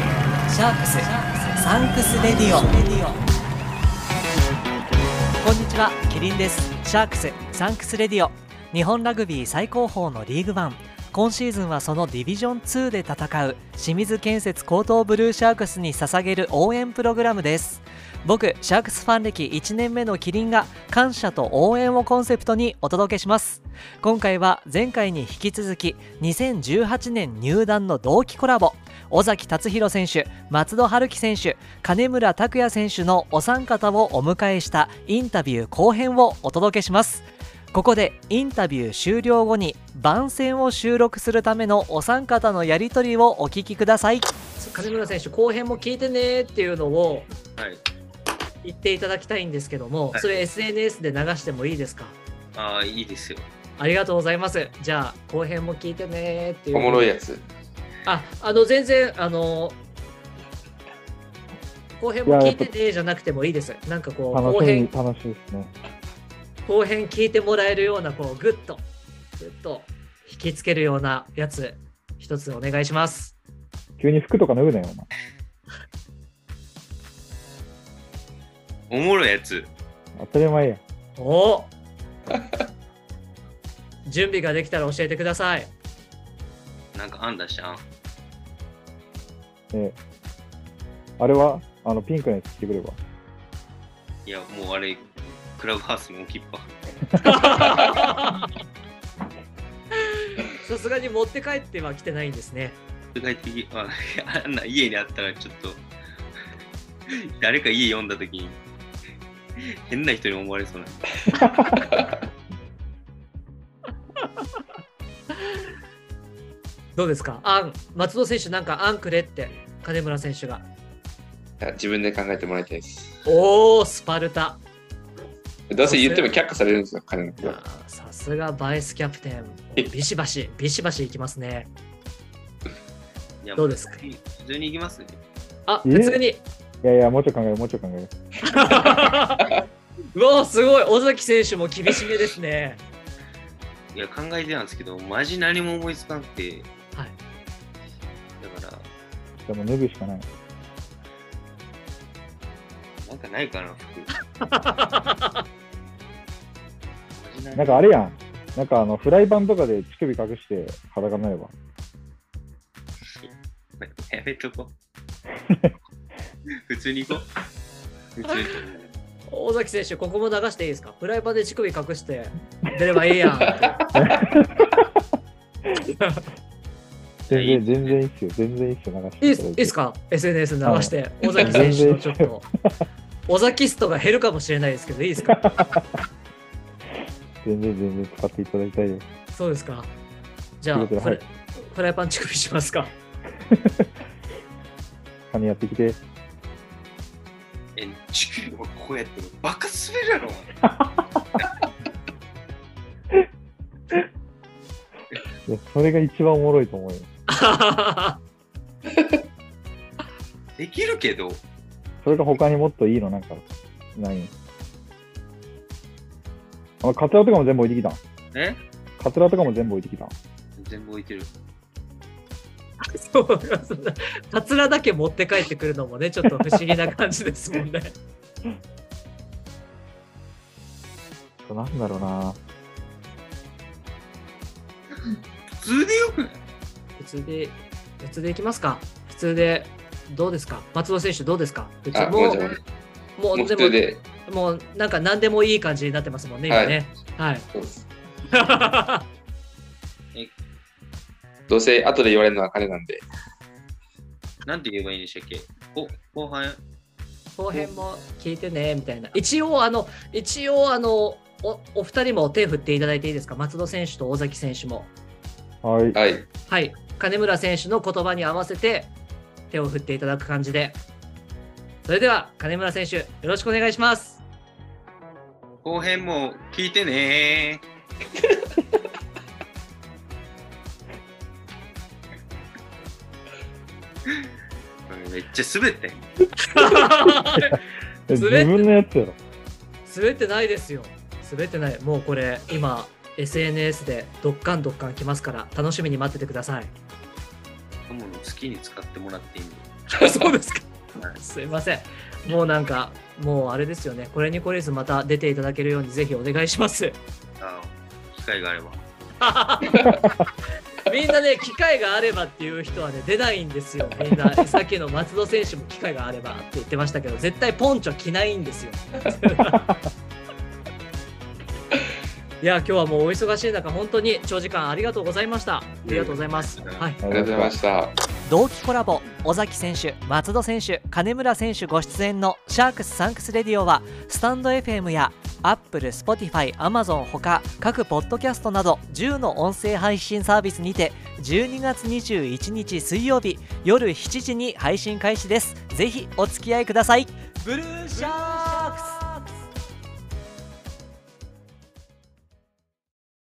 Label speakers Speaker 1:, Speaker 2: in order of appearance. Speaker 1: ャークスサンクスレディオこんにちはキリンですシャークスサンクスレディオ日本ラグビー最高峰のリーグワン今シーズンはそのディビジョン2で戦う清水建設高等ブルーシャークスに捧げる応援プログラムです僕シャークスファン歴1年目のキリンが感謝と応援をコンセプトにお届けします今回は前回に引き続き2018年入団の同期コラボ尾崎達弘選手松戸春樹選手金村拓也選手のお三方をお迎えしたインタビュー後編をお届けしますここでインタビュー終了後に番宣を収録するためのお三方のやり取りをお聞きください金村選手後編も聞いてねっていうのを
Speaker 2: はい。
Speaker 1: 言っていただきたいんですけども、
Speaker 2: はい
Speaker 1: それ SNS で流してもいいですか
Speaker 2: ああ、いいですよ。
Speaker 1: ありがとうございますじゃあ後編も聞いてねっていう
Speaker 3: おもろいやつ。
Speaker 1: ああの全然あの後編も聞いてねじゃなくてもいいですなんかこう後
Speaker 4: 楽し
Speaker 1: 編
Speaker 4: い、楽しいですね。
Speaker 1: 後編聞いてもらえるようなこうグッとグッと引きつけるようなやつ一つお願いします
Speaker 4: 急に服とか脱ぐなよ、
Speaker 2: おもろいやつ。
Speaker 4: お前。当たり前や。
Speaker 1: お準備ができたら教えてください
Speaker 2: なんか案出したん。
Speaker 4: ええあれはあの、ピンクのやつ着てくれば。
Speaker 2: いや、もうあれ、クラブハウスに置きっぱ。
Speaker 1: さすがに持って帰っては来てないんですね
Speaker 2: 具体的に、あ あんな家にあったらちょっと、誰か家読んだときに、変な人に思われそうな。
Speaker 1: どうですかアン松戸選手なんかアンくれって金村選手が
Speaker 3: いや自分で考えてもらいたいです。
Speaker 1: おおスパルタ
Speaker 3: どうせ言っても却下されるんですよ、金
Speaker 1: あ
Speaker 3: の
Speaker 1: ーさすがバイスキャプテンビシバシビシバシいきますね
Speaker 2: いや
Speaker 1: どうですか
Speaker 2: 普通に普通に行きますね。
Speaker 1: あ
Speaker 4: え
Speaker 1: 普通に
Speaker 4: いやいや、もうちょい考える、もうちょい考える。
Speaker 1: うわーすごい尾崎選手も厳しめですね
Speaker 2: いや、考えてたんですけど、マジ何も思いつかんくて。
Speaker 1: はい。
Speaker 2: だから、
Speaker 4: でも脱ぐしかない。
Speaker 2: なんかないかな、服。マジ何も
Speaker 4: なんかあれやん。なんかあの、フライパンとかで乳首隠して裸になれば。
Speaker 2: やめとこう。普通に行こう。普通に。
Speaker 1: 尾崎選手ここも流していいですかフライパンで乳首隠して出ればいいやん
Speaker 4: 全然、全然いいっすよ。全然いいっすよ、流して
Speaker 1: いい
Speaker 4: い
Speaker 1: っ
Speaker 4: た
Speaker 1: す
Speaker 4: だ
Speaker 1: い
Speaker 4: い
Speaker 1: い
Speaker 4: て。
Speaker 1: っすか ?SNS 流して、尾崎選手のちょっと、尾崎ストが減るかもしれないですけど、いいです か
Speaker 4: 全然、全然使っていただきたいです。
Speaker 1: そうですかじゃあ、
Speaker 4: ということ
Speaker 1: フ
Speaker 4: で
Speaker 1: ラフライパン乳首しますか
Speaker 4: 金やってきて。
Speaker 2: え、乳首をこうやってバカすぎるやろ。
Speaker 4: いや、それが一番おもろいと思うよ。
Speaker 2: できるけど、
Speaker 4: それが他にもっといいの、なんか、ないあ、カツラとかも全部置いてきたん。
Speaker 2: え
Speaker 4: カツラとかも全部置いてきたん。
Speaker 2: 全部置いてる。
Speaker 1: そうかそうだかつらだけ持って帰ってくるのもね、ちょっと不思議な感じですもんね。
Speaker 4: なんだろうな。
Speaker 2: 普通でよくない
Speaker 1: 普通で、普通でいきますか普通で、どうですか松戸選手どうですか普通
Speaker 3: あ、ごめんなさいごめんなさ
Speaker 1: も
Speaker 3: い。もう
Speaker 1: う、
Speaker 3: 普通
Speaker 1: で
Speaker 3: で、
Speaker 1: も、もうなんか何でもいい感じになってますもんね、今ね。はい。
Speaker 3: そうです
Speaker 1: は
Speaker 3: どうせ後で言われるのは金なんで、
Speaker 2: なんて言えばいいんでしたっけお後半
Speaker 1: 後編も聞いてねみたいな一応あの一応あのおお二人も手振っていただいていいですか松戸選手と尾崎選手も
Speaker 4: はい。
Speaker 3: はい、
Speaker 1: はい金村選手の言葉に合わせて手を振っていただく感じでそれでは金村選手よろしくお願いします
Speaker 2: 後編も聞いてね ー。うんめっちゃ滑ったよ。
Speaker 4: え
Speaker 1: ず
Speaker 4: 自
Speaker 1: れ
Speaker 4: 分のやつやろ。
Speaker 1: 滑ってないですよ滑ってないもうこれ今 SNS でドッカンドッカン来ますから楽しみに待っててください
Speaker 2: 友の好きに使ってもらっていいんだよ
Speaker 5: あ そうですか。
Speaker 1: すいません。もうなんか、もうあれですよね。これにこれずまた出ていただけるようにぜひお願いします。
Speaker 2: あの機会があれば。
Speaker 1: みんなね、機会があればっていう人はね、出ないんですよ。みんな、さっきの松戸選手も機会があればって言ってましたけど、絶対ポンチョ着ないんです よ。いや、今日はもうお忙しい中、本当に長時間ありがとうございました。ありがとうございます。はい。
Speaker 4: あ
Speaker 3: ありがとうございました。
Speaker 1: 同期コラボ尾崎選手松戸選手金村選手ご出演の「シャークスサンクスレディオ」はスタンド FM や Apple、Spotify、Amazon ほか各ポッドキャストなど10の音声配信サービスにて12月21日水曜日夜7時に配信開始ですぜひお付き合いくださいブルーシャー